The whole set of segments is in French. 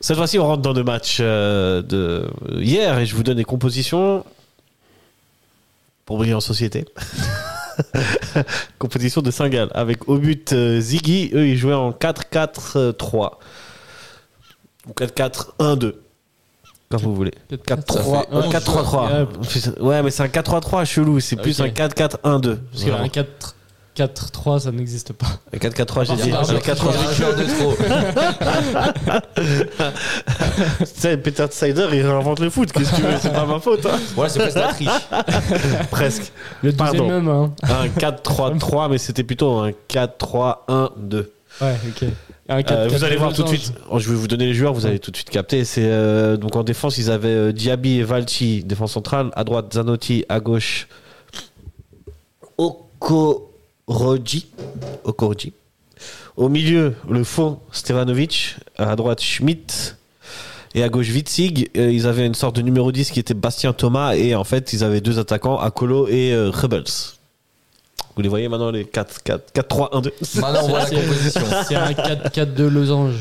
Cette fois-ci, on rentre dans le match euh, de hier et je vous donne des compositions pour briller en société. Composition de Singal avec au but euh, Ziggy. Eux, ils jouaient en 4-4-3 ou 4-4-1-2. Comme vous voulez. 4-3. Ça fait onze. 4-3-3. Ouais, mais c'est un 4-3-3 chelou. C'est plus Ah, Ok. un 4-4-1-2. Parce qu'un 4, 4, 3, ça n'existe pas. Un 4-4-3, j'ai dit. Ah, Un pardon. 4-3-3. Un joueur de trop. Tu sais, Peter Sider, il réinvente le foot. Qu'est-ce que tu veux C'est pas ma faute. hein. Voilà, c'est presque la triche. Presque. Le 12 Pardon. est même, hein. Un 4-3-3, mais c'était plutôt un 4-3-1-2. Ouais, ok. Un Euh, 4, vous allez voir tout de je- suite. Oh, je vais vous donner les joueurs, vous allez tout de suite capter. C'est euh, donc en défense, ils avaient euh, Diaby et Valchi, défense centrale. À droite, Zanotti. À gauche, Okoroji. Okoroji. Au milieu, le faux Stevanovic. À droite, Schmidt. Et à gauche, Witzig. Euh, ils avaient une sorte de numéro 10 qui était Bastien Thomas. Et en fait, ils avaient deux attaquants, Akolo et euh, Rebels. Vous les voyez maintenant, les 4, 4, 4 3, 1, 2. Maintenant, on voit la C'est- composition. C'est un 4, 4 de losange.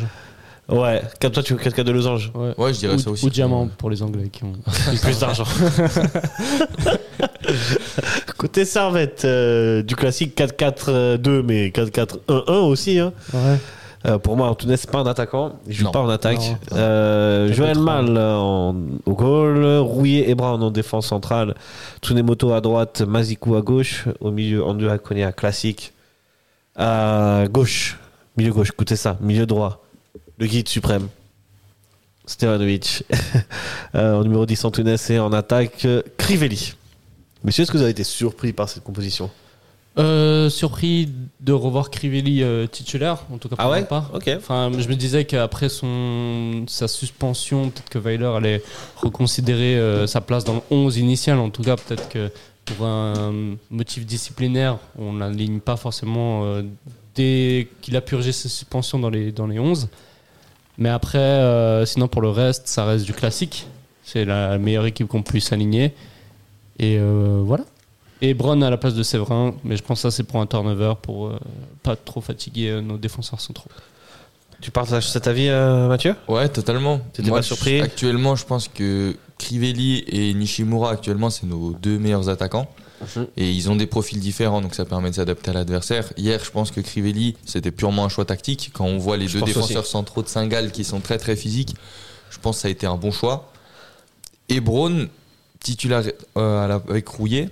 Ouais, comme toi, tu veux 4 de losange. Ouais. Ouais, je dirais ou, ça aussi. ou diamant pour les Anglais qui ont. Et plus d'argent. Côté servette, euh, du classique 4-4-2, mais 4-4-1-1 aussi. hein. Ouais. Euh, pour moi, Antunes, c'est pas un attaquant. Il joue Non. pas en attaque. Non. Euh, Joël 4-4-1. Mal en, au goal, Rouillé et Brown en défense centrale, Tsunemoto à droite, Mazikou à gauche, au milieu, Andrew Akonia, classique. À gauche, milieu gauche, écoutez ça, milieu droit, le guide suprême. Stevanovic. Euh, en numéro 10, Antunes et en attaque, euh, Crivelli. Messieurs, est-ce que vous avez été surpris par cette composition Euh, surpris de revoir Crivelli euh, titulaire, en Ah tout cas pour ma part. Ok. Enfin, je me disais qu'après son sa suspension, peut-être que Weiler allait reconsidérer euh, sa place dans le 11 initial. En tout cas, peut-être que pour un motif disciplinaire, on l'aligne pas forcément euh, dès qu'il a purgé ses suspensions dans les dans les 11. Mais après, euh, sinon pour le reste, ça reste du classique. C'est la meilleure équipe qu'on puisse aligner. Et euh, voilà. Et Brown à la place de Séverin, mais je pense que ça c'est pour un turnover, pour euh, pas trop fatiguer euh, nos défenseurs centraux. Tu partages cet avis, euh, Mathieu Ouais, totalement. T'étais Moi, pas je- surpris Actuellement, je pense que Crivelli et Nishimura, actuellement, c'est nos deux meilleurs attaquants. Mhm. Et ils ont des profils différents, donc ça permet de s'adapter à l'adversaire. Hier, je pense que Crivelli, c'était purement un choix tactique. Quand on voit les Je deux pense défenseurs centraux de Singal qui sont très très physiques, je pense que ça a été un bon choix. Et Braun, titulaire euh, à la- avec Rouillet,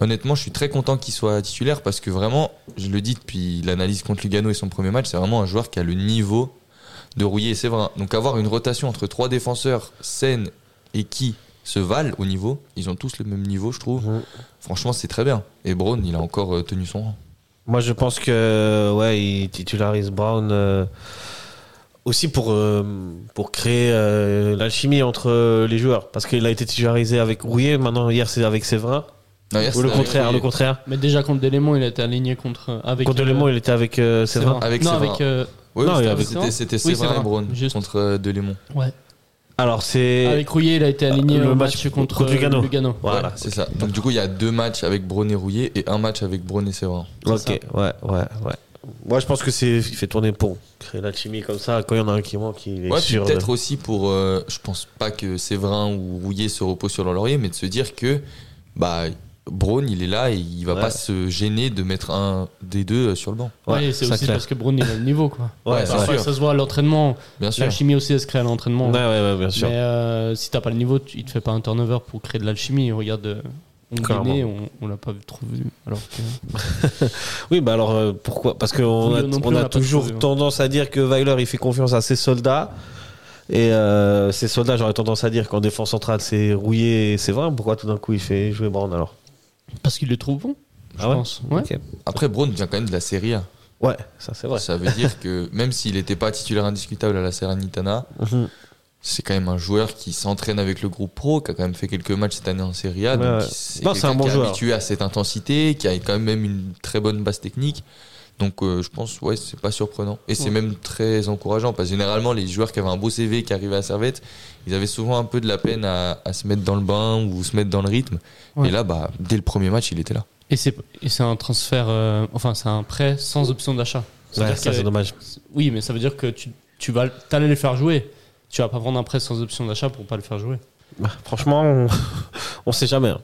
honnêtement, je suis très content qu'il soit titulaire parce que vraiment, je le dis depuis l'analyse contre Lugano et son premier match, c'est vraiment un joueur qui a le niveau de Rouillet et Séverin. Donc avoir une rotation entre trois défenseurs saines et qui se valent au niveau, ils ont tous le même niveau, je trouve. Mhm. Franchement, c'est très bien. Et Brown, il a encore euh, tenu son rang. Moi, je pense que ouais, il titularise Brown euh, aussi pour euh, pour créer euh, l'alchimie entre euh, les joueurs, parce qu'il a été titularisé avec Rouillet, maintenant hier c'est avec Séverin. Non, hier, Ou le c'était avec contraire, Rouillet. le contraire. Mais déjà contre Delémont, il a été aligné contre avec Contre euh, Lemon, il était avec euh, Séverin. Avec non, Séverin. avec euh, Oui, Non, oui, il y c'était- avait- c'était c'était Oui, Séverin Séverin, et Brown juste. contre euh, Delémont. Alors c'est avec Rouillet, il a été aligné le au match match, contre contre, euh, Lugano. Lugano. voilà. Ouais, c'est ça. Donc du coup, il y a deux matchs avec Braun et Rouillet et un match avec Braun et Séverin. Ok, c'est ouais, ouais, ouais. Moi, je pense que c'est il fait tourner pour créer l'alchimie comme ça. Quand il y en a un qui manque, il est Ouais, puis sûr. de- peut-être aussi pour, euh, je pense pas que Séverin ou Rouillet se reposent sur leur laurier, mais de se dire que bah Braun, il est là et il va Ouais. pas se gêner de mettre un des deux euh, sur le banc. Ouais, Ouais, c'est ça, aussi clair. parce que Brown il a le niveau quoi. Ouais, Ouais, c'est c'est vrai. sûr. Enfin, ça se voit à l'entraînement. Bien sûr. La chimie aussi elle se crée à l'entraînement. Ouais, ouais, ouais, bien sûr. Mais euh, si t'as pas le niveau, tu, il te fait pas un turnover pour créer de l'alchimie. Regarde, euh, on Clairement. gagnait, on, on l'a pas vu- trop vu. Alors que Oui, bah alors euh, pourquoi Parce qu'on Oui, a, non plus, on on a l'a pas toujours trouvé, hein. tendance à dire que Weiler il fait confiance à ses soldats. Et euh, ses soldats, j'aurais tendance à dire qu'en défense centrale c'est rouillé et c'est vrai. Pourquoi tout d'un coup il fait jouer Brown alors parce qu'il le trouve bon, je Ah ouais pense. Ouais. Ok. Après, Braun vient quand même de la Serie A. Ouais, ça c'est vrai. Ça veut dire que même s'il n'était pas titulaire indiscutable à la Salernitana, Mhm. c'est quand même un joueur qui s'entraîne avec le groupe pro, qui a quand même fait quelques matchs cette année en Serie Ouais, A. donc ouais. c'est Non, c'est quelqu'un un bon qui est joueur. habitué à cette intensité, qui a quand même une très bonne base technique. Donc euh, je pense, ouais, c'est pas surprenant. Et c'est Ouais. même très encourageant, parce que généralement, les joueurs qui avaient un beau CV, qui arrivaient à Servette, ils avaient souvent un peu de la peine à, à se mettre dans le bain ou se mettre dans le rythme. Ouais. Et là, bah, dès le premier match, il était là. Et c'est et c'est un transfert, euh, enfin c'est un prêt sans option d'achat. Ouais, C'est-à-dire ça que- c'est dommage. Oui, mais ça veut dire que tu, tu vas t'allais les faire jouer. tu vas pas prendre un prêt sans option d'achat pour pas le faire jouer. Bah, franchement, on, on sait jamais. hein.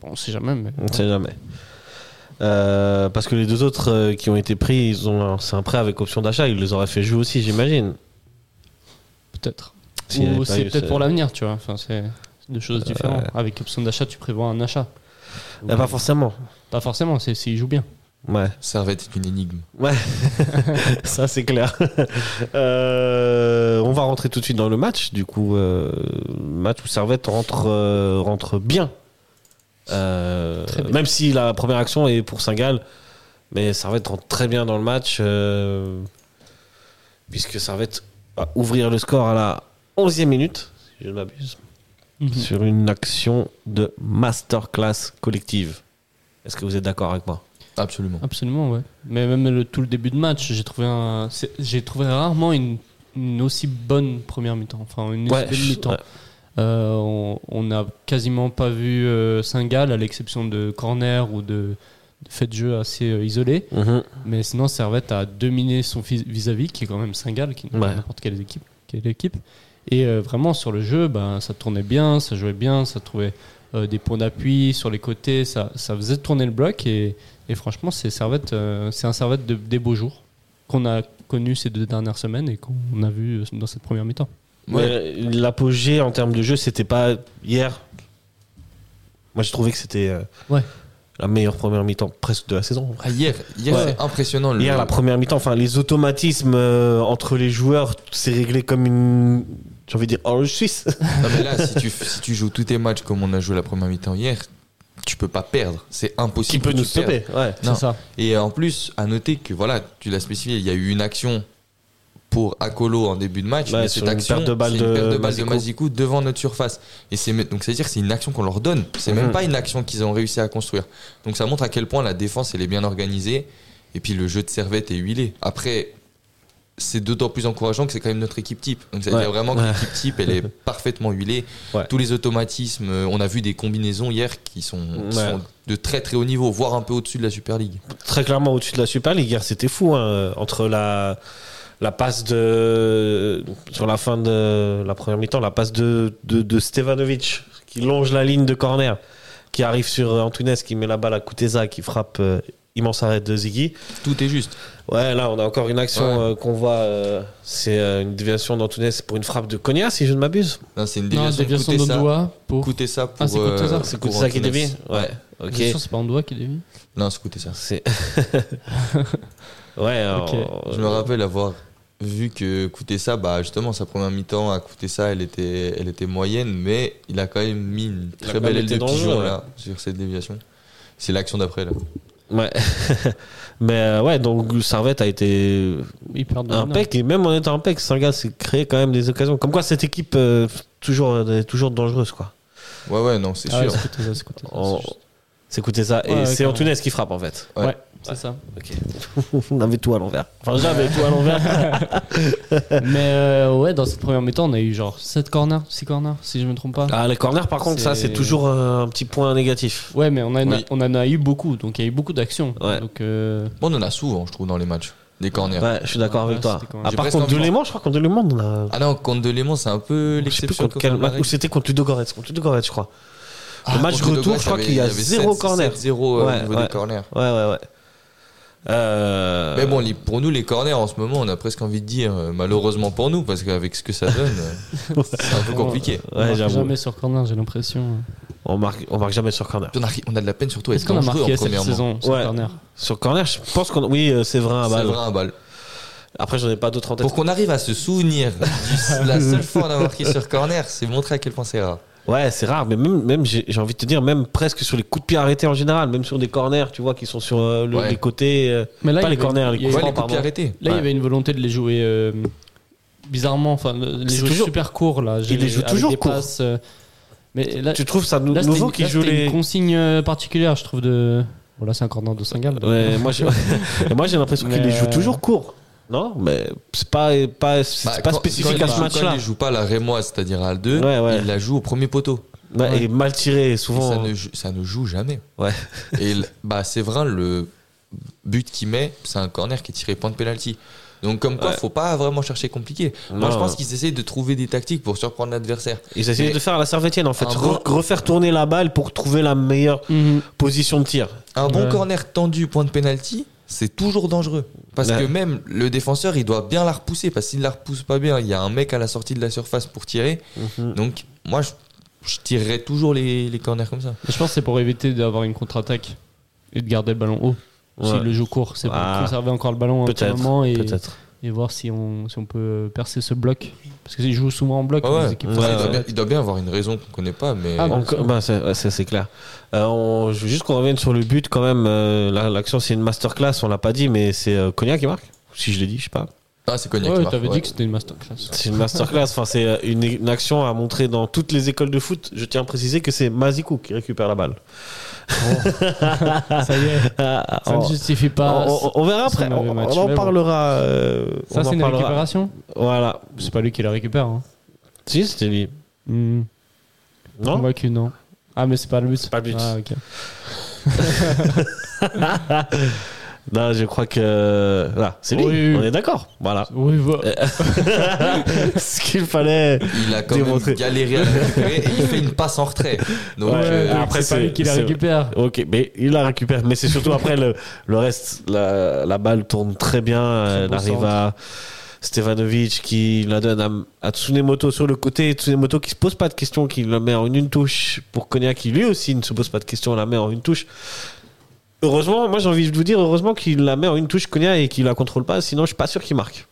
Bon, on sait jamais, mais. On sait jamais. Euh, parce que les deux autres euh, qui ont été pris, ils ont un- c'est un prêt avec option d'achat. Ils les auraient fait jouer aussi, j'imagine. Peut-être. S'il n'y avait Ou pas c'est eu peut-être ce- Euh, pour l'avenir, tu vois. Enfin, c'est c'est deux choses différentes. Avec option d'achat, tu prévois un achat. Ah, pas forcément. Pas forcément, c'est s'il joue bien. Ouais. Ça va être une énigme. Ouais, ça c'est clair. Euh, on va rentrer tout de suite dans le match. Du coup, euh, match où Servette rentre, euh, rentre bien. Euh, Très bien. Même si la première action est pour Singal, mais Servette rentre très bien dans le match. euh, puisque Servette va ouvrir le score à la 11e minute, si je ne m'abuse, Mm. Mhm. sur une action de masterclass collective. Est-ce que vous êtes d'accord avec moi Absolument. Absolument, ouais. Mais même le, tout le début de match, j'ai trouvé, un- c'est- j'ai trouvé rarement une, une aussi bonne première mi-temps. Enfin, une aussi Ouais, belle je- mi-temps. ouais. Euh, on- on n'a quasiment pas vu euh, Saint-Gall, à l'exception de corner ou de, de fait de jeu assez euh, isolé. Mhm. Mais sinon, Servette a dominé son vis- vis-à-vis, qui est quand même Singal, qui n'est pas Ouais. n'importe quelle équipe. Quelle équipe. Et euh, vraiment, sur le jeu, ben, ça tournait bien, ça jouait bien, ça trouvait euh, des points d'appui sur les côtés, ça, ça faisait tourner le bloc. Et, et franchement, c'est Servette, euh, c'est un Servette de, des beaux jours qu'on a connu ces deux dernières semaines et qu'on a vu euh, dans cette première mi-temps. Ouais. Mais L'apogée en termes de jeu, c'était pas hier. Moi, j'ai trouvé que c'était euh, Ouais. la meilleure première mi-temps presque de la saison. Ah, hier, hier Ouais. c'est impressionnant. le- Hier, la première mi-temps, enfin, les automatismes euh, entre les joueurs, c'est réglé comme une. J'ai envie de dire orange suisse. Non, mais là, si tu, si tu joues tous tes matchs comme on a joué la première mi-temps hier, tu peux pas perdre. C'est impossible. Qui peut que nous tu perdes. stopper. Ouais. Non. C'est ça. Et en plus, à noter que voilà, tu l'as spécifié, il y a eu une action pour Akolo en début de match, Ouais, mais sur cette une action, perte de balle c'est une de perte de balle de Mazikou. Mazikou devant notre surface. Et c'est donc c'est à dire que c'est une action qu'on leur donne. C'est Mhm. même pas une action qu'ils ont réussi à construire. Donc ça montre à quel point la défense elle est bien organisée et puis le jeu de Servette est huilé. Après. C'est d'autant plus encourageant que c'est quand même notre équipe type. Donc, ça veut Ouais. dire vraiment que Ouais. l'équipe type, elle est parfaitement huilée. Ouais. Tous les automatismes, euh, on a vu des combinaisons hier qui sont, qui Ouais. sont de très très haut niveau, voire un peu au-dessus de la Super League. Très clairement, au-dessus de la Super League, hier, c'était fou. hein, Entre la, la passe de. Sur la fin de la première mi-temps, la passe de, de, de Stevanovic, qui longe la ligne de corner, qui arrive sur Antunes, qui met la balle à Kuteza, qui frappe euh, immense arrêt de Ziggy. Tout est juste. Ouais, là, on a encore une action Ouais. euh, qu'on voit. euh, c'est euh, une déviation d'Antunes pour une frappe de Cogna, si je ne m'abuse. Non, c'est une Non, déviation. déviation Coûtez ça. d'Ondoa pour. Coûtez ça pour. Ah, c'est euh, Coutessa. C'est pour Kuteza qui Antunes. dévie Ouais, ok. Bien sûr, c'est pas Ondoa qui dévie. Non, c'est Coutessa. C'est. ouais, Ok. on- Je me rappelle avoir vu que Coutessa, bah justement, sa première mi-temps à Coutessa, elle était, elle était moyenne, mais il a quand même mis une Il a très quand même belle aile été de dans le jeu, pigeon ouais. là sur cette déviation. C'est l'action d'après là. Ouais. Mais euh, ouais, donc Servette a été Ils perdent de impec et même en étant impec, Saint-Gall s'est créé quand même des occasions. Comme quoi cette équipe euh, toujours euh, toujours dangereuse quoi. Ouais, ouais, non, c'est Ah ouais, sûr. c'est Couteza, c'est Couteza, On- c'est juste. C'est écouter ça et Ouais, ouais, c'est carrément. Antunes qui frappe en fait. Ouais. Ouais, c'est ça. On avait tout à l'envers. Enfin j'avais tout à l'envers. Euh. Mais euh, ouais, dans cette première mi-temps, on a eu genre 7 corners, 6 corners, si je me trompe pas. Ah les corners par contre ça C'est- c'est toujours euh, un petit point négatif. Ouais, mais on, en a- Oui. on en a eu beaucoup, donc il y a eu beaucoup d'actions. Ouais. Donc, euh, Bon, on en a souvent, je trouve, dans les matchs, des corners. Ouais, je suis d'accord Ouais, avec toi. c'était quand même- À J'ai part presque contre envie de- Delémont, je crois contre Delémont on a Ah non, contre de Léman, c'est un je peu sais plus l'exception. contre quel match, ou c'était contre Ludogorets, contre Ludogorets je crois. le Ah, match retour, je crois qu'il y a zéro corner. 0 Ouais, euh, au niveau ouais. des corners. Ouais ouais ouais. Euh, Mais bon, les- pour nous, les corners en ce moment, on a presque envie de dire, euh, malheureusement pour nous, parce qu'avec ce que ça donne, euh, c'est un peu compliqué. on marque ouais, j'avoue. jamais sur corner, j'ai l'impression. On marque on marque jamais sur corner. On a, on a de la peine surtout à Est-ce être qu'on a dangereux en marqué cette premièrement. saison sur Ouais. corner Sur corner, je pense qu'on. Oui, euh, c'est vrai, un C'est balle. vrai, un bal. Après, j'en ai pas d'autres en tête. Pour qu'on arrive à se souvenir du- la seule fois qu'on a marqué sur corner, c'est montrer à quel point c'est rare. Ouais, c'est rare, mais même, même j'ai j'ai envie de te dire, même presque sur les coups de pied arrêtés en général, même sur des corners, tu vois, qui sont sur euh, le- Ouais. les côtés. euh, Mais là, pas il y les avait- corners, les il y coups avait- Ouais, francs, les pardon. coups de pied arrêtés. Là, il y Ouais. avait une volonté de les jouer euh, bizarrement, enfin, de les C'est jouer toujours- super courts là. J'ai- Ils les jouent avec toujours des courts. passes, euh, mais là, Tu trouves ça nou- là, c'était nouveau une- qui là, joue c'était les. une consigne euh, particulière, je trouve, de. Bon, là, c'est un corner de Singal. Ouais, moi, j'ai Et moi, j'ai l'impression qu'ils Mais, les jouent euh, toujours court. Non, mais c'est pas, pas, c'est Bah, pas quand- spécifique quand à il ce joue- Quand match-là. il joue pas la rémoise, c'est-à-dire à 2, Ouais, ouais. il la joue au premier poteau. Ouais, Ouais. Et mal tiré, souvent. hein. Et ça, ne joue, ça ne joue jamais. Ouais. Et l- bah, c'est vrai, le but qu'il met, c'est un corner qui est tiré point de pénalty. Donc comme quoi, Ouais. faut pas vraiment chercher compliqué. Moi, Non. je pense qu'ils essayent de trouver des tactiques pour surprendre l'adversaire. Ils essayaient Mais- de faire la servetienne en fait, Un Re- refaire tourner la balle pour trouver la meilleure Mhm. position de tir. Un bon Ouais. corner tendu, point de penalty, c'est toujours dangereux. Parce Ouais. que même le défenseur, il doit bien la repousser. Parce qu'il ne la repousse pas bien, il y a un mec à la sortie de la surface pour tirer. Donc moi, je, je tirerais toujours les, les corners comme ça. Je pense que c'est pour éviter d'avoir une contre-attaque et de garder le ballon haut. Ouais. Si le jeu court, c'est pour Ah. conserver encore le ballon un petit Peut-être. moment et, Peut-être. et voir si on, si on peut percer ce bloc. Parce qu'ils jouent souvent en bloc. Ouais, les ouais. équipes Ouais, Enfin, il, françaises. doit bien, il doit bien avoir une raison qu'on connaît pas, mais Ah, bon. Encore- bah, c'est- ouais, ça, c'est clair. Euh, on- je veux juste qu'on revienne sur le but quand même. euh, la- L'action c'est une masterclass, on l'a pas dit, mais c'est euh, Konya qui marque. Si je l'ai dit, je sais pas. Ah, c'est Cognac. Ouais, qui marque, t'avais ouais. dit que c'était une masterclass. C'est une masterclass. enfin, c'est euh, une, une action à montrer dans toutes les écoles de foot. Je tiens à préciser que c'est Mazikou qui récupère la balle. Ça y est, Ah, ça ne on, justifie pas. on- on verra c'est après. un mauvais On, match, on en mais bon. parlera. euh, on Ça, en c'est une parlera. récupération Voilà. C'est pas lui qui la récupère. Hein. Si, c'était lui. Hmm. Non Convaincu, non. Ah, mais c'est pas le but. C'est pas le but. Ah, ok. Non, je crois que. Là, c'est lui. Oui, oui, oui. On est d'accord. Voilà. Oui, voilà. Ce qu'il fallait. Il a quand Démontré. même galéré à la récupérer et il fait une passe en retrait. Donc, Ouais. euh, donc après, c'est c'est pas pas lui qui la c'est- récupère. Ok, mais il la récupère. Mais c'est surtout après le, le reste. La, la balle tourne très bien. euh, Très Elle beau arrive centre. à Stevanovic qui la donne à, à Tsunemoto sur le côté. Tsunemoto qui se pose pas de questions, qui la met en une touche pour Konya qui lui aussi ne se pose pas de questions, la met en une touche. Heureusement, moi j'ai envie de vous dire, heureusement qu'il la met en une touche Konya et qu'il la contrôle pas, sinon je suis pas sûr qu'il marque.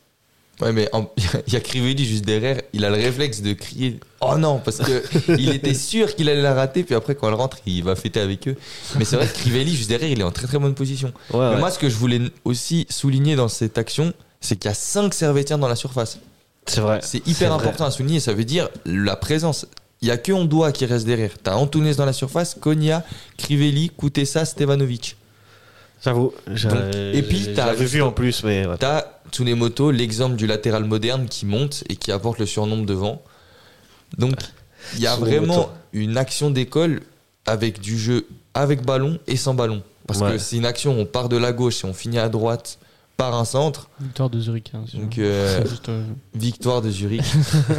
Ouais, mais en- il y a Crivelli juste derrière, il a le réflexe de crier Oh non, parce que il était sûr qu'il allait la rater, puis après, quand elle rentre, il va fêter avec eux. Mais c'est vrai que Crivelli, juste derrière, il est en très très bonne position. Ouais, mais Ah ouais. moi, ce que je voulais aussi souligner dans cette action, c'est qu'il y a 5 servetières dans la surface. c'est vrai. C'est hyper vrai. important à souligner, ça veut dire la présence. Il y a que Ondoa qui reste derrière. T'as Antunes dans la surface, Konya, Crivelli, Kutesa, Stevanovic. J'avoue. j'a- Donc, et puis, j'a- t'as- j'avais vu en plus, mais ouais. T'as Tsunemoto, l'exemple du latéral moderne qui monte et qui apporte le surnombre devant. Donc, il y a Tsunemoto. vraiment une action d'école avec du jeu avec ballon et sans ballon. Parce Ouais. que c'est une action, on part de la gauche et on finit à droite par un centre. Victoire de Zurich. hein, c'est Donc, vrai. euh, C'est juste, euh, victoire de Zurich.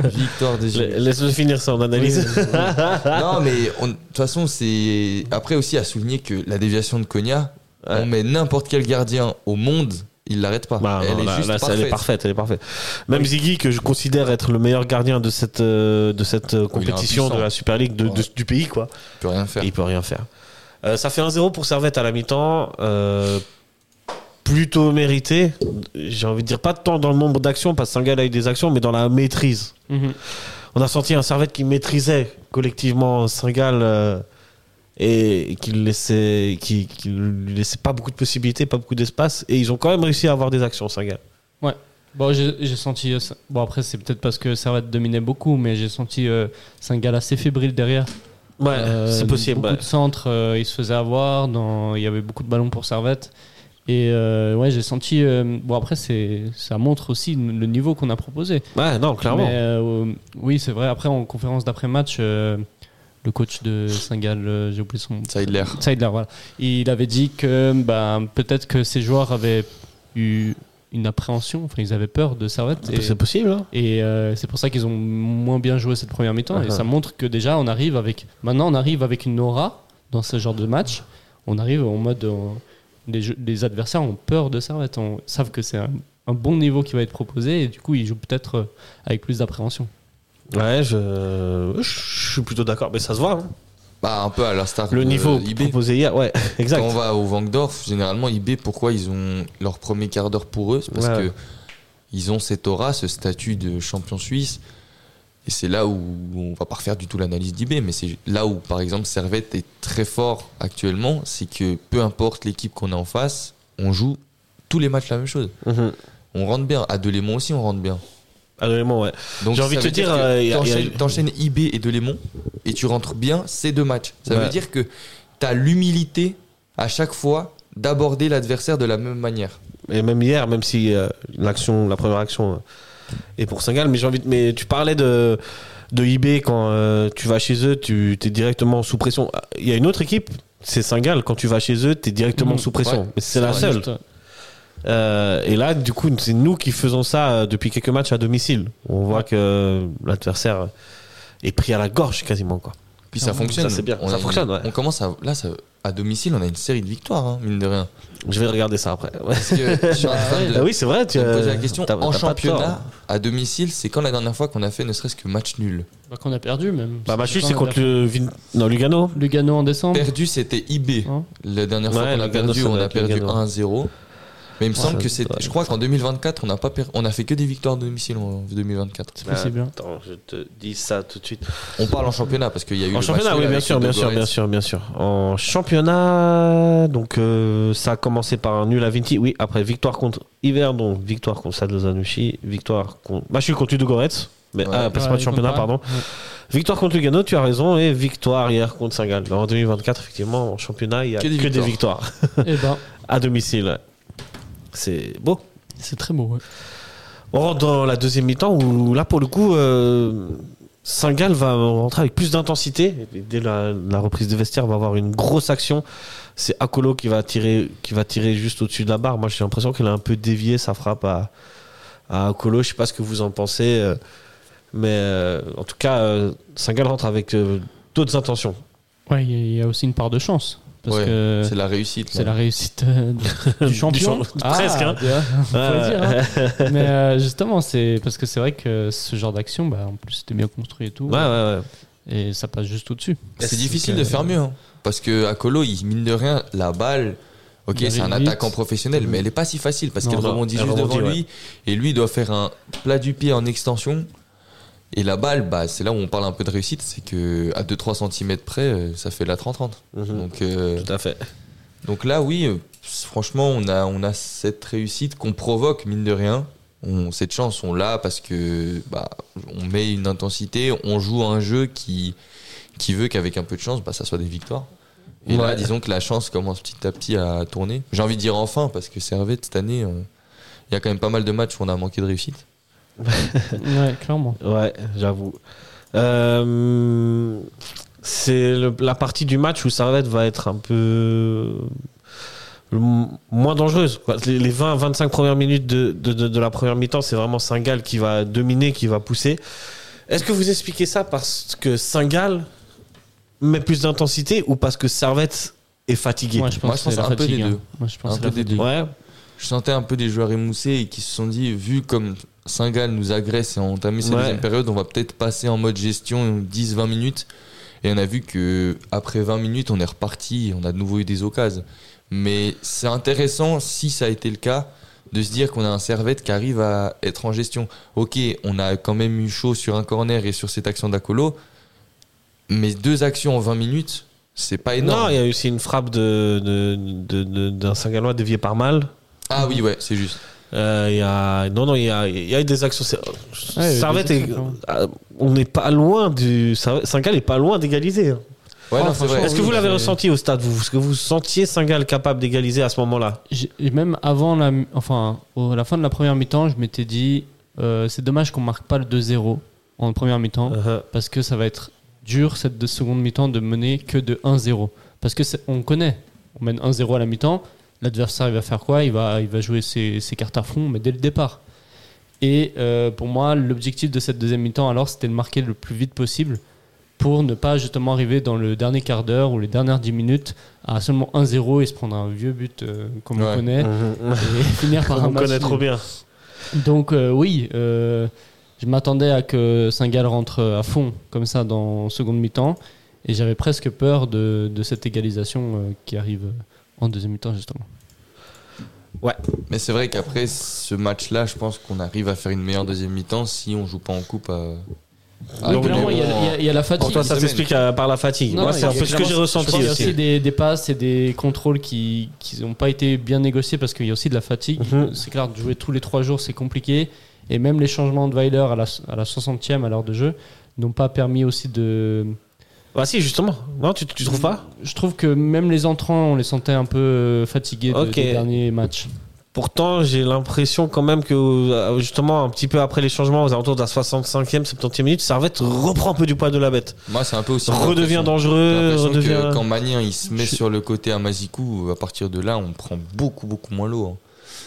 victoire de Zurich. La- Laisse-le finir son analyse. non, mais on- de toute façon, c'est. Après aussi à souligner que la déviation de Konya, Ouais. on met n'importe quel gardien au monde, il l'arrête pas. Bah, elle non, est là, juste là, ça, parfaite. elle est parfaite, elle est parfaite. Même Ziggy, que je considère être le meilleur gardien de cette, euh, de cette euh, compétition de impuissant. la Super League de- de- Ouais. du pays, quoi. Il peut rien faire. Il peut rien faire. Euh, ça fait 1-0 pour Servette à la mi-temps. euh, plutôt mérité. J'ai envie de dire pas tant dans le nombre d'actions, parce que Sengal a eu des actions, mais dans la maîtrise. mhm. On a senti un Servette qui maîtrisait collectivement Singal euh, et qui ne laissait, qui, qui lui laissait pas beaucoup de possibilités, pas beaucoup d'espace. Et ils ont quand même réussi à avoir des actions, Singal. Bon, j'ai j'ai senti. euh, ça- Bon, après, c'est peut-être parce que Servette dominait beaucoup, mais j'ai senti euh, Saint-Gall assez fébrile derrière. Ouais, Euh, c'est possible. Beaucoup ouais. de centres, euh, il se faisait avoir. Dans... Il y avait beaucoup de ballons pour Servette. Et euh, ouais, j'ai senti. euh, Bon, après, c'est ça montre aussi le niveau qu'on a proposé. Ouais, non, clairement. Mais, euh, oui, c'est vrai. Après, en conférence d'après-match, euh, le coach de Saint-Gall, euh, j'ai oublié son Ça a de l'air. Seidler, voilà. Il avait dit que bah, peut-être que ces joueurs avaient eu une appréhension, enfin ils avaient peur de Servette. Et, C'est possible. hein. et, euh, c'est pour ça qu'ils ont moins bien joué cette première mi-temps. Et Uh-huh. ça montre que déjà on arrive avec. Maintenant on arrive avec une aura dans ce genre de match. On arrive en mode. euh, les, jeux- les adversaires ont peur de Servette, on savent que c'est un, un bon niveau qui va être proposé et du coup ils jouent peut-être euh, avec plus d'appréhension. Ouais, Euh, je, je suis plutôt d'accord, mais ça se voit. hein. Euh, Bah, un peu à l'instar Le de niveau IB. proposé hier, ouais, exact. Quand on va au Vangdorf, généralement IB, pourquoi ils ont leur premier quart d'heure pour eux C'est parce Ouais. que ils ont cette aura, ce statut de champion suisse. Et c'est là où on va pas refaire du tout l'analyse d'IB, mais c'est là où, par exemple, Servette est très fort actuellement, c'est que peu importe l'équipe qu'on a en face, on joue tous les matchs la même chose. Mhm. On rentre bien. À Delémont aussi, on rentre bien. Ah, vraiment, ouais. Donc J'ai envie ça de te veut dire, que euh, y a- y a- t'enchaînes- t'enchaînes IB et Delémont et tu rentres bien ces deux matchs. Ça Ouais. veut dire que t'as l'humilité à chaque fois d'aborder l'adversaire de la même manière. Et même hier, même si euh, l'action, la première action euh, est pour Singal, mais j'ai envie de- mais tu parlais de de IB quand euh, tu vas chez eux, tu es directement sous pression. Ah, Il y a une autre équipe, c'est Singal. Quand tu vas chez eux, tu es directement Mhm. sous pression. Ouais. Mais c'est la Ouais, seule. juste, euh, Euh, et là, du coup, c'est nous qui faisons ça euh, depuis quelques matchs à domicile. On voit que l'adversaire est pris à la gorge quasiment. Quoi. Puis Ah ça bon, fonctionne. ça, c'est bien. On Ça a une- fonctionne, ouais. On commence à. Là, ça- à domicile, on a une série de victoires, hein, mine de rien. Je vais regarder ça après. Ouais. Parce que je suis en train de- Ah oui, c'est vrai. Tu de me as poser la question. t'as- t'as En pas championnat, tort. à domicile, c'est quand la dernière fois qu'on a fait ne serait-ce que match nul Bah, qu'on a perdu même. Bah, Machu, c'est Quand on a contre le Vin- non, Lugano. Lugano en décembre. Perdu, c'était IB. Hein la dernière fois Ouais, qu'on a Lugano, perdu, ça on doit a être perdu Lugano. 1-0. Mais il me Ouais, semble hein. Ah, ça que c'est. doit être Je crois qu'en 2024, on a pas per- on a fait que des victoires de domicile en 2024. C'est possible. hein. Attends, je te dis ça tout de suite. On parle en championnat parce qu'il y a eu. En le match championnat, nul oui, bien avec sûr, bien sûr, Ludogorets. bien sûr, bien sûr. En championnat, donc euh, ça a commencé par un nul à Vinti, oui. Après victoire contre Hiver, donc victoire contre Sadlozanushi, victoire contre. Bah, je suis contre Ludogorets, mais Ouais. ah, parce que Ouais, pas de championnat, comparable. pardon. Victoire contre Lugano, tu as raison, et victoire hier contre Saint-Gall. Alors, En 2024, effectivement, en championnat, il y a Que que des des, victoires. victoires Ouais. Eh ben, à domicile. C'est beau. c'est très beau. ouais. On rentre dans la deuxième mi-temps où là pour le coup euh, Saint-Gall va rentrer avec plus d'intensité. Et Dès la, la reprise de vestiaire on va avoir une grosse action. C'est Akolo qui va tirer, qui va tirer juste au-dessus de la barre. Moi j'ai l'impression qu'elle a un peu dévié sa frappe à, à Akolo. Je sais pas ce que vous en pensez, euh, mais euh, en tout cas euh, Saint-Gall rentre avec euh, d'autres intentions. Ouais, il y a- il y, a aussi une part de chance. Parce Ouais, que C'est la réussite. c'est la réussite euh, du champion. Ah, champ- presque, hein. bien, faut le dire, Ouais, hein. Mais euh, justement, c'est parce que c'est vrai que ce genre d'action, bah, en plus, c'était bien construit et tout. ouais, ouais. Et ça passe juste au-dessus. Bah, C'est Donc, difficile euh, de faire mieux. hein. Parce que à Colo, il mine de rien, la balle. Ok, Il arrive c'est un vite. attaquant professionnel, mais elle est pas si facile parce Non, qu'elle non, rebondit elle juste rebondit, devant ouais. lui et lui doit faire un plat du pied en extension. Et la balle, bah, c'est là où on parle un peu de réussite, c'est que à 2-3 cm près, euh, ça fait de la 30-30. Mhm. Donc, euh, Tout à fait. donc là, oui, euh, franchement, on a, on a cette réussite qu'on provoque, mine de rien. On, cette chance, on l'a parce que bah, on met une intensité, on joue à un jeu qui, qui veut qu'avec un peu de chance, bah, ça soit des victoires. Et là, Ouais. disons que la chance commence petit à petit à tourner. J'ai envie de dire enfin, parce que Servette, cette année, euh, il y a quand même pas mal de matchs où on a manqué de réussite. Ouais, clairement. Ouais, j'avoue. Euh, c'est le- la partie du match où Servette va être un peu le m- moins dangereuse. quoi. Les, 20-25 premières minutes de, de- de- de la première mi-temps, c'est vraiment Saint-Gall qui va dominer, qui va pousser. Est-ce que vous expliquez ça parce que Saint-Gall met plus d'intensité ou parce que Servette est fatigué Moi, je pense, Moi, je que pense c'est la un peu fatigue, des hein. deux. Moi, je pense Un que peu c'est la des fatigue. Ouais, Je sentais un peu des joueurs émoussés et qui se sont dit, vu comme Saint-Gall nous agresse et a entamé cette Ouais. deuxième période, on va peut-être passer en mode gestion 10-20 minutes. Et on a vu que après 20 minutes, on est reparti, on a de nouveau eu des occasions. Mais c'est intéressant, si ça a été le cas, de se dire qu'on a un Servette qui arrive à être en gestion. Ok, on a quand même eu chaud sur un corner et sur cette action d'Acolo, mais deux actions en 20 minutes, c'est pas Non, énorme. il y a eu aussi une frappe de- de- de- de- d'un Saint-Gallois dévié par mal. ah oui, ouais, c'est juste. Euh, il y a... Non, non, il y a, il y a eu des actions. C'est- il y a eu Servette, des est- actions. euh, on n'est pas loin du. Saint-Gall n'est pas loin d'égaliser. hein. Ouais, Oh, non, c'est franchement, vrai. Est-ce que oui, vous l'avez c'est- ressenti au stade vous Est-ce que vous sentiez Saint-Gall capable d'égaliser à ce moment-là J'ai- et Même avant la, mi- enfin, au- à la fin de la première mi-temps, je m'étais dit, euh, c'est dommage qu'on marque pas le 2-0 en première mi-temps. Uh-huh. parce que ça va être dur cette deux- seconde mi-temps de mener que de 1-0. Parce que c'est- on connaît, on mène 1-0 à la mi-temps, l'adversaire il va faire quoi il va, il va jouer ses, ses cartes à fond, mais dès le départ. Et euh, pour moi, l'objectif de cette deuxième mi-temps, alors, c'était de marquer le plus vite possible pour ne pas justement arriver dans le dernier quart d'heure ou les dernières 10 minutes à seulement 1-0 et se prendre un vieux but euh, comme Ouais. on connaît Mhm. et finir par un On match connaît nul. trop bien. Donc euh, oui, euh, je m'attendais à que Saint-Gall rentre à fond comme ça dans seconde mi-temps et j'avais presque peur de, de cette égalisation euh, qui arrive en deuxième mi-temps justement. Mais c'est vrai qu'après ce match-là, je pense qu'on arrive à faire une meilleure deuxième mi-temps si on joue pas en coupe. euh. À... à Donc, tous les clairement, il y, a- moments. il y a- il y a la fatigue. Ah, Pour toi, ça semaine. s'explique euh, par la fatigue. Non, Moi, non, c'est un il y a peu ce que j'ai clairement- Je pense ressenti qu'il y a aussi. aussi des, des passes et des contrôles qui n'ont pas été bien négociés parce qu'il y a aussi de la fatigue. Mhm. C'est clair, de jouer tous les trois jours, c'est compliqué. Et même les changements de Weiler à la, à la 60e à l'heure de jeu n'ont pas permis aussi de, Ah, si, justement. Non, tu, tu trouves pas Je trouve que même les entrants, on les sentait un peu euh, fatigués de- Ok. des derniers matchs. Pourtant, j'ai l'impression quand même que, euh, justement, un petit peu après les changements, aux alentours de la 65e, 70e minute, Servette reprend un peu du poids de la bête. Moi, c'est un peu aussi. Redevient l'impression- j'ai dangereux, l'impression que redevient. Quand Magnin il se met Je- sur le côté à Mazikou, à partir de là, on prend beaucoup beaucoup moins l'eau. hein.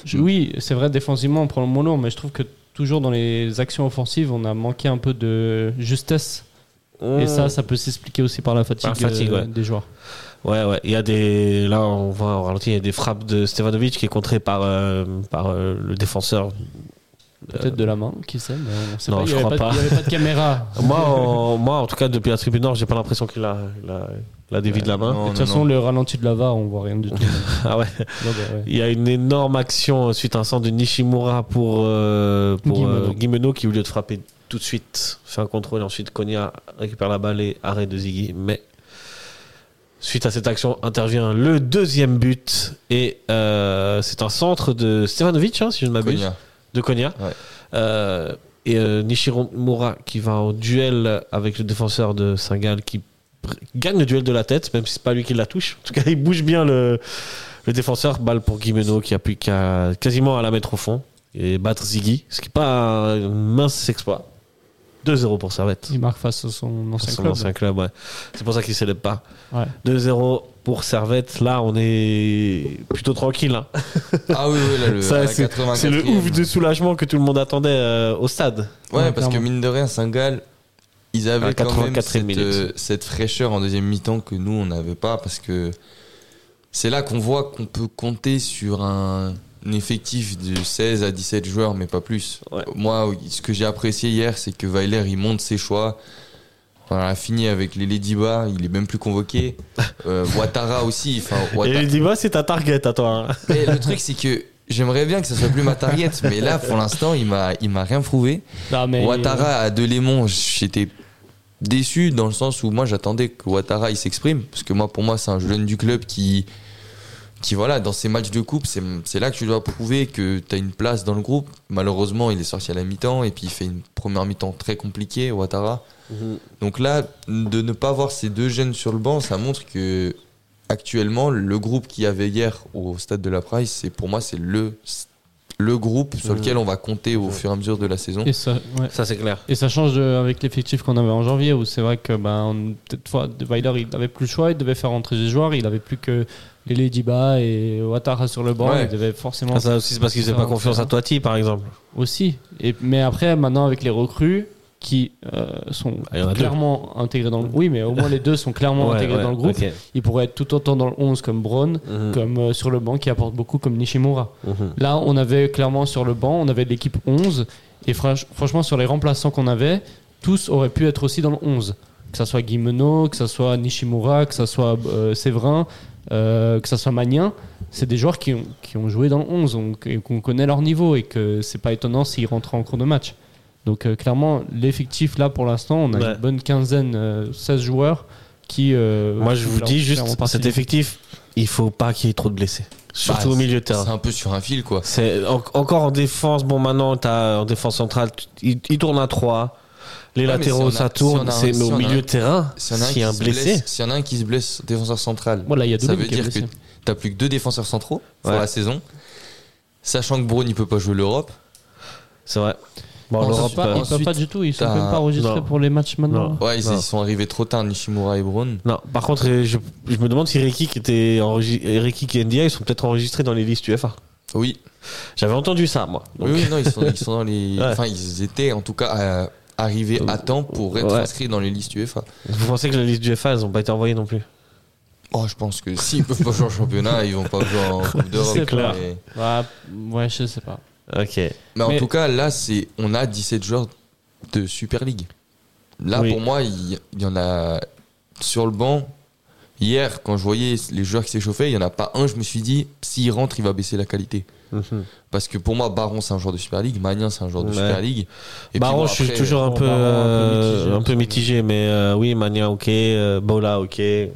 Je- oui, c'est vrai, défensivement, on prend le mono, mais je trouve que toujours dans les actions offensives, on a manqué un peu de justesse. Oh. Et ça, ça peut s'expliquer aussi par la fatigue, Hmm. Par la fatigue, euh, ouais. des joueurs. Ouais, ouais. Il y a des. Là, on voit au ralenti, il y a des frappes de Stevanovic qui est contrée par, euh, par euh, le défenseur. Peut-être de la main, qui sait, mais on sait non, pas. Il je n'y avait, crois pas pas. de- il y avait pas de caméra. Moi, en, moi, en tout cas, depuis la tribune nord, j'ai pas l'impression qu'il a, il a, il a dévié de la main. Non, Et de toute non, façon, non. le ralenti de la VAR, on voit rien du tout. Ah ouais. Non, mais ouais. Il y a une énorme action suite à un centre de Nishimura pour, euh, pour euh, Guimeno. Guimeno qui, au lieu de frapper tout de suite, fait un contrôle et ensuite Konya récupère la balle et arrêt de Ziggy. Mais suite à cette action intervient le deuxième but et euh, c'est un centre de Stevanovic, hein, si je ne m'abuse, Konya. de Konya. Ouais. Euh, et euh, Nishimura qui va en duel avec le défenseur de Singal qui pr- gagne le duel de la tête, même si c'est pas lui qui la touche. En tout cas, il bouge bien le, le défenseur. Balle pour Guimeno qui a plus qu'à quasiment à la mettre au fond et battre Ziggy, ce qui n'est pas un mince exploit. 2-0 pour Servette. Il marque face à son ancien Son club. ancien club, ouais. C'est pour ça qu'il ne célèbre pas. Ouais. 2-0 pour Servette. Là, on est plutôt tranquille. hein. Ah oui, oui, là, le, Ça, la c'est c'est le 84e. ouf de soulagement que tout le monde attendait euh, au stade. Ouais, Ouais, parce que clairement. mine de rien, Saint-Gall, ils À la avaient quand même 84e cette, minute. euh, cette fraîcheur en deuxième mi-temps que nous, on n'avait pas, parce que c'est là qu'on voit qu'on peut compter sur un, un effectif de 16 à 17 joueurs, mais pas plus. Ouais. Moi, ce que j'ai apprécié hier, c'est que Weiler, il monte ses choix. On a fini avec les Ladyba, il est même plus convoqué. Euh, Ouattara aussi. enfin, Et Ouattara- il dit, bah, c'est ta target à toi. hein. mais le truc, c'est que j'aimerais bien que ça soit plus ma target, mais là, pour l'instant, il m'a il m'a rien prouvé. Non, mais- Ouattara à Delémont, j'étais déçu dans le sens où moi j'attendais que Ouattara il s'exprime parce que moi pour moi c'est un jeune du club qui qui voilà dans ces matchs de coupe c'est c'est là que tu dois prouver que tu as une place dans le groupe malheureusement il est sorti à la mi-temps et puis il fait une première mi-temps très compliquée Ouattara donc là de ne pas voir ces deux jeunes sur le banc ça montre que actuellement le groupe qu'il y avait hier au stade de la Price c'est pour moi c'est le le groupe sur Mhm. lequel on va compter au fur et à mesure de la saison Et ça, ouais. Ça, c'est clair. Et ça change de- avec l'effectif qu'on avait en janvier, où c'est vrai que ben, on- peut-être fois, de- Weiler, il n'avait plus le choix, il devait faire rentrer des joueurs, il n'avait plus que les Ladyba et Ouattara sur le banc, Ouais. il devait forcément Ah, ça aussi, c'est parce qu'ils faisaient pas confiance à Toiti, par exemple. aussi. Et, mais après, maintenant, avec les recrues qui euh, sont Ah, il y en a deux. clairement intégrés dans le Oui, mais au moins les deux sont clairement Ouais, intégrés ouais, dans le groupe. ok. Ils pourraient être tout autant dans le 11 comme Braun, Mhm. comme euh, sur le banc qui apporte beaucoup comme Nishimura. Mhm. Là, on avait clairement sur le banc, on avait l'équipe 11. Et franch- franchement, sur les remplaçants qu'on avait, tous auraient pu être aussi dans le 11. Que ça soit Guimeno, que ça soit Nishimura, que ça soit euh, Séverin, euh, que ça soit Magnin. C'est des joueurs qui ont, qui ont joué dans le 11, on- et qu'on connaît leur niveau et que c'est pas étonnant s'ils rentrent en cours de match. Donc euh, clairement, l'effectif là pour l'instant, on a Ouais. une bonne quinzaine, euh, 16 joueurs qui... euh, Moi, je font vous clair- dis clairement juste, partie cet du- effectif, il faut pas qu'il y ait trop de blessés. Surtout Bah, au milieu de C'est terrain. un peu sur un fil, quoi. C'est en- encore en défense. Bon, maintenant, t'as en défense centrale, tu- il, il tourne à 3. Les Ouais, mais si on latéraux, a- ça si on tourne. a- c'est si mais au on a- milieu de terrain, S'il y en a un s'il y a un qui se blesse- blessé. s'il y en a un qui se blesse, défenseur central, Voilà, il y a deux ça mecs veut qui est dire que blessé. t'as plus que deux défenseurs centraux pour Ouais. la saison. Sachant que Braun, il peut pas jouer l'Europe. C'est vrai. Bon, On Ils l'Europe. peuvent pas, euh, ils peuvent pas du tout, ils sont t'as- même pas enregistrés non. pour les matchs maintenant. Non. Ouais, ils, Non. ils sont arrivés trop tard, Nishimura et Braun. Non, par contre, euh, je, je me demande si Ricky qui était enregistré, Ricky et Ndia, ils sont peut-être enregistrés dans les listes UFA. Oui, J'avais entendu ça, moi. Donc, oui, oui, non, ils sont, ils sont dans les. Ouais. Enfin, ils étaient en tout cas euh, arrivés à temps pour être Ouais. inscrits dans les listes UEFA. Vous pensez que les listes UFA, elles ont pas été envoyées non plus Oh, je pense que s'ils peuvent pas jouer en championnat, ils vont pas jouer en Coupe d'Europe. C'est clair. Mais, Bah, ouais, je sais pas. Ok. mais en Mais- tout cas, là, c'est on a 17 joueurs de Super League. Là, Oui. pour moi, il il y, en a sur le banc. Hier, quand je voyais les joueurs qui s'échauffaient, il n'y en a pas un, je me suis dit, s'il rentre, il va baisser la qualité. Mhm. Parce que pour moi, Baron, c'est un joueur de Super League, Magnin, c'est un joueur de Ouais. Super League. Et Baron, puis bon, je suis après, toujours un bon, peu, Baron, un peu euh, mitigé, un peu parce que- mitigé, mais euh, oui, Mania, ok, euh, Bola, ok, et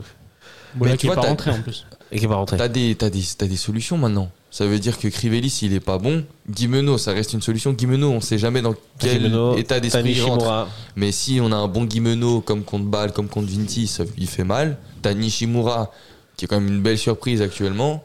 Bola Mais tu qui vois, est pas t'as- rentré en plus. qui va rentrer. T'as des, t'as des, t'as des solutions maintenant. Ça veut dire que Crivelli, s'il est pas bon, Guimeno, ça reste une solution. Guimeno, on sait jamais dans quel Jimeno, état d'esprit Tani il rentre. Shimura. Mais si on a un bon Guimeno comme contre Bâle, comme contre Vinti, ça, il fait mal. T'as Nishimura, qui est quand même une belle surprise actuellement.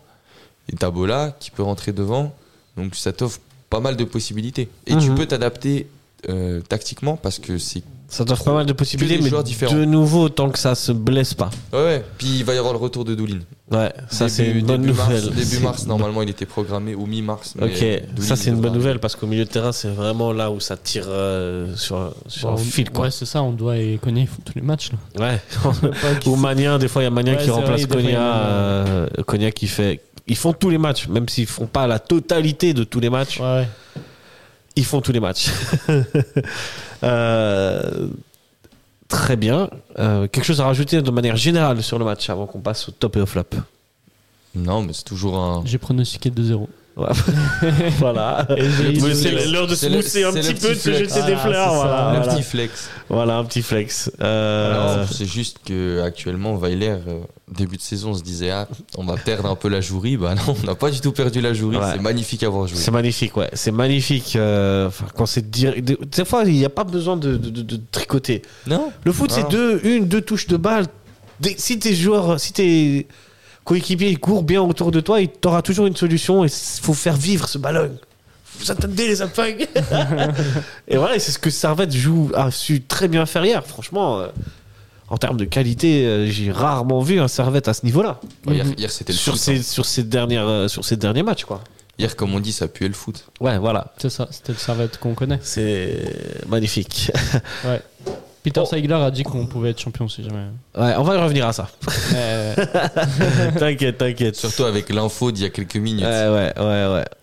Et t'as Bola, qui peut rentrer devant. Donc ça t'offre pas mal de possibilités. Et tu Mhm. peux t'adapter euh, tactiquement parce que c'est. Ça t'offre pas mal de possibilités, des mais joueurs différents. de nouveau, tant que ça se blesse pas. Ouais, ouais. Puis il va y avoir le retour de Doulin. Ouais, ça Début- c'est une bonne début mars- nouvelle. début C'est- mars, normalement, il était programmé ou mi-mars. mais Ok, Dooley, ça c'est une bonne il devra- nouvelle parce qu'au milieu de terrain c'est vraiment là où ça tire euh, sur, un- sur Bon, un fil quoi. Ouais, c'est ça, on doit et Konya, ils font tous les matchs. Là. Ouais. Ou Magnin, des fois il y a Magnin Ouais, qui c'est remplace vrai, des fois, il y a Konya. Magnin. euh, Konya qui fait. Ils font tous les matchs, même s'ils font pas la totalité de tous les matchs, Ouais, ils font tous les matchs. Euh, très bien. Euh, quelque chose à rajouter de manière générale sur le match avant qu'on passe au top et au flop. Non, mais c'est toujours un. j'ai pronostiqué 2-0. voilà. Et j'ai- Mais le c'est flex. l'heure de se C'est le- mousser un c'est le petit peu, de petit se flex. jeter des Ah, fleurs. c'est ça. Voilà, Le Un voilà. petit flex. Voilà, un petit flex. Euh, Alors, C'est juste que actuellement, Weiler, euh, début de saison, on se disait ah, on va perdre un peu la jouerie. Bah non, on n'a pas du tout perdu la jouerie. Ouais. C'est magnifique à avoir joué. C'est magnifique, ouais. C'est magnifique. euh, enfin, quand c'est direct. des- Des fois, il n'y a pas besoin de, de- de- de tricoter. Non Le foot, c'est Non. deux, une, deux touches de balle. Des- si tes joueurs, si tes coéquipiers ils courent bien autour de toi, il t'aura toujours une solution. Il faut faire vivre ce ballon. Vous attendez les affaires. et voilà, et c'est ce que Servette joue, a su très bien faire hier. Franchement, euh, en termes de qualité, euh, j'ai rarement vu un Servette à ce niveau-là. Bah, hier, Mhm. hier, c'était le Sur, foot. ces, hein. sur, ces dernières, euh, sur ces derniers matchs, quoi. Hier, comme on dit, ça puait le foot. Ouais, voilà. C'est ça, c'était le servette qu'on connaît. C'est magnifique. Ouais. Peter Oh. Saigler a dit qu'on pouvait être champion si jamais. Ouais, on va y revenir à ça. Eh, Ouais, ouais, ouais. t'inquiète, t'inquiète. Surtout avec l'info d'il y a quelques minutes. Ouais, ouais, ouais, ouais.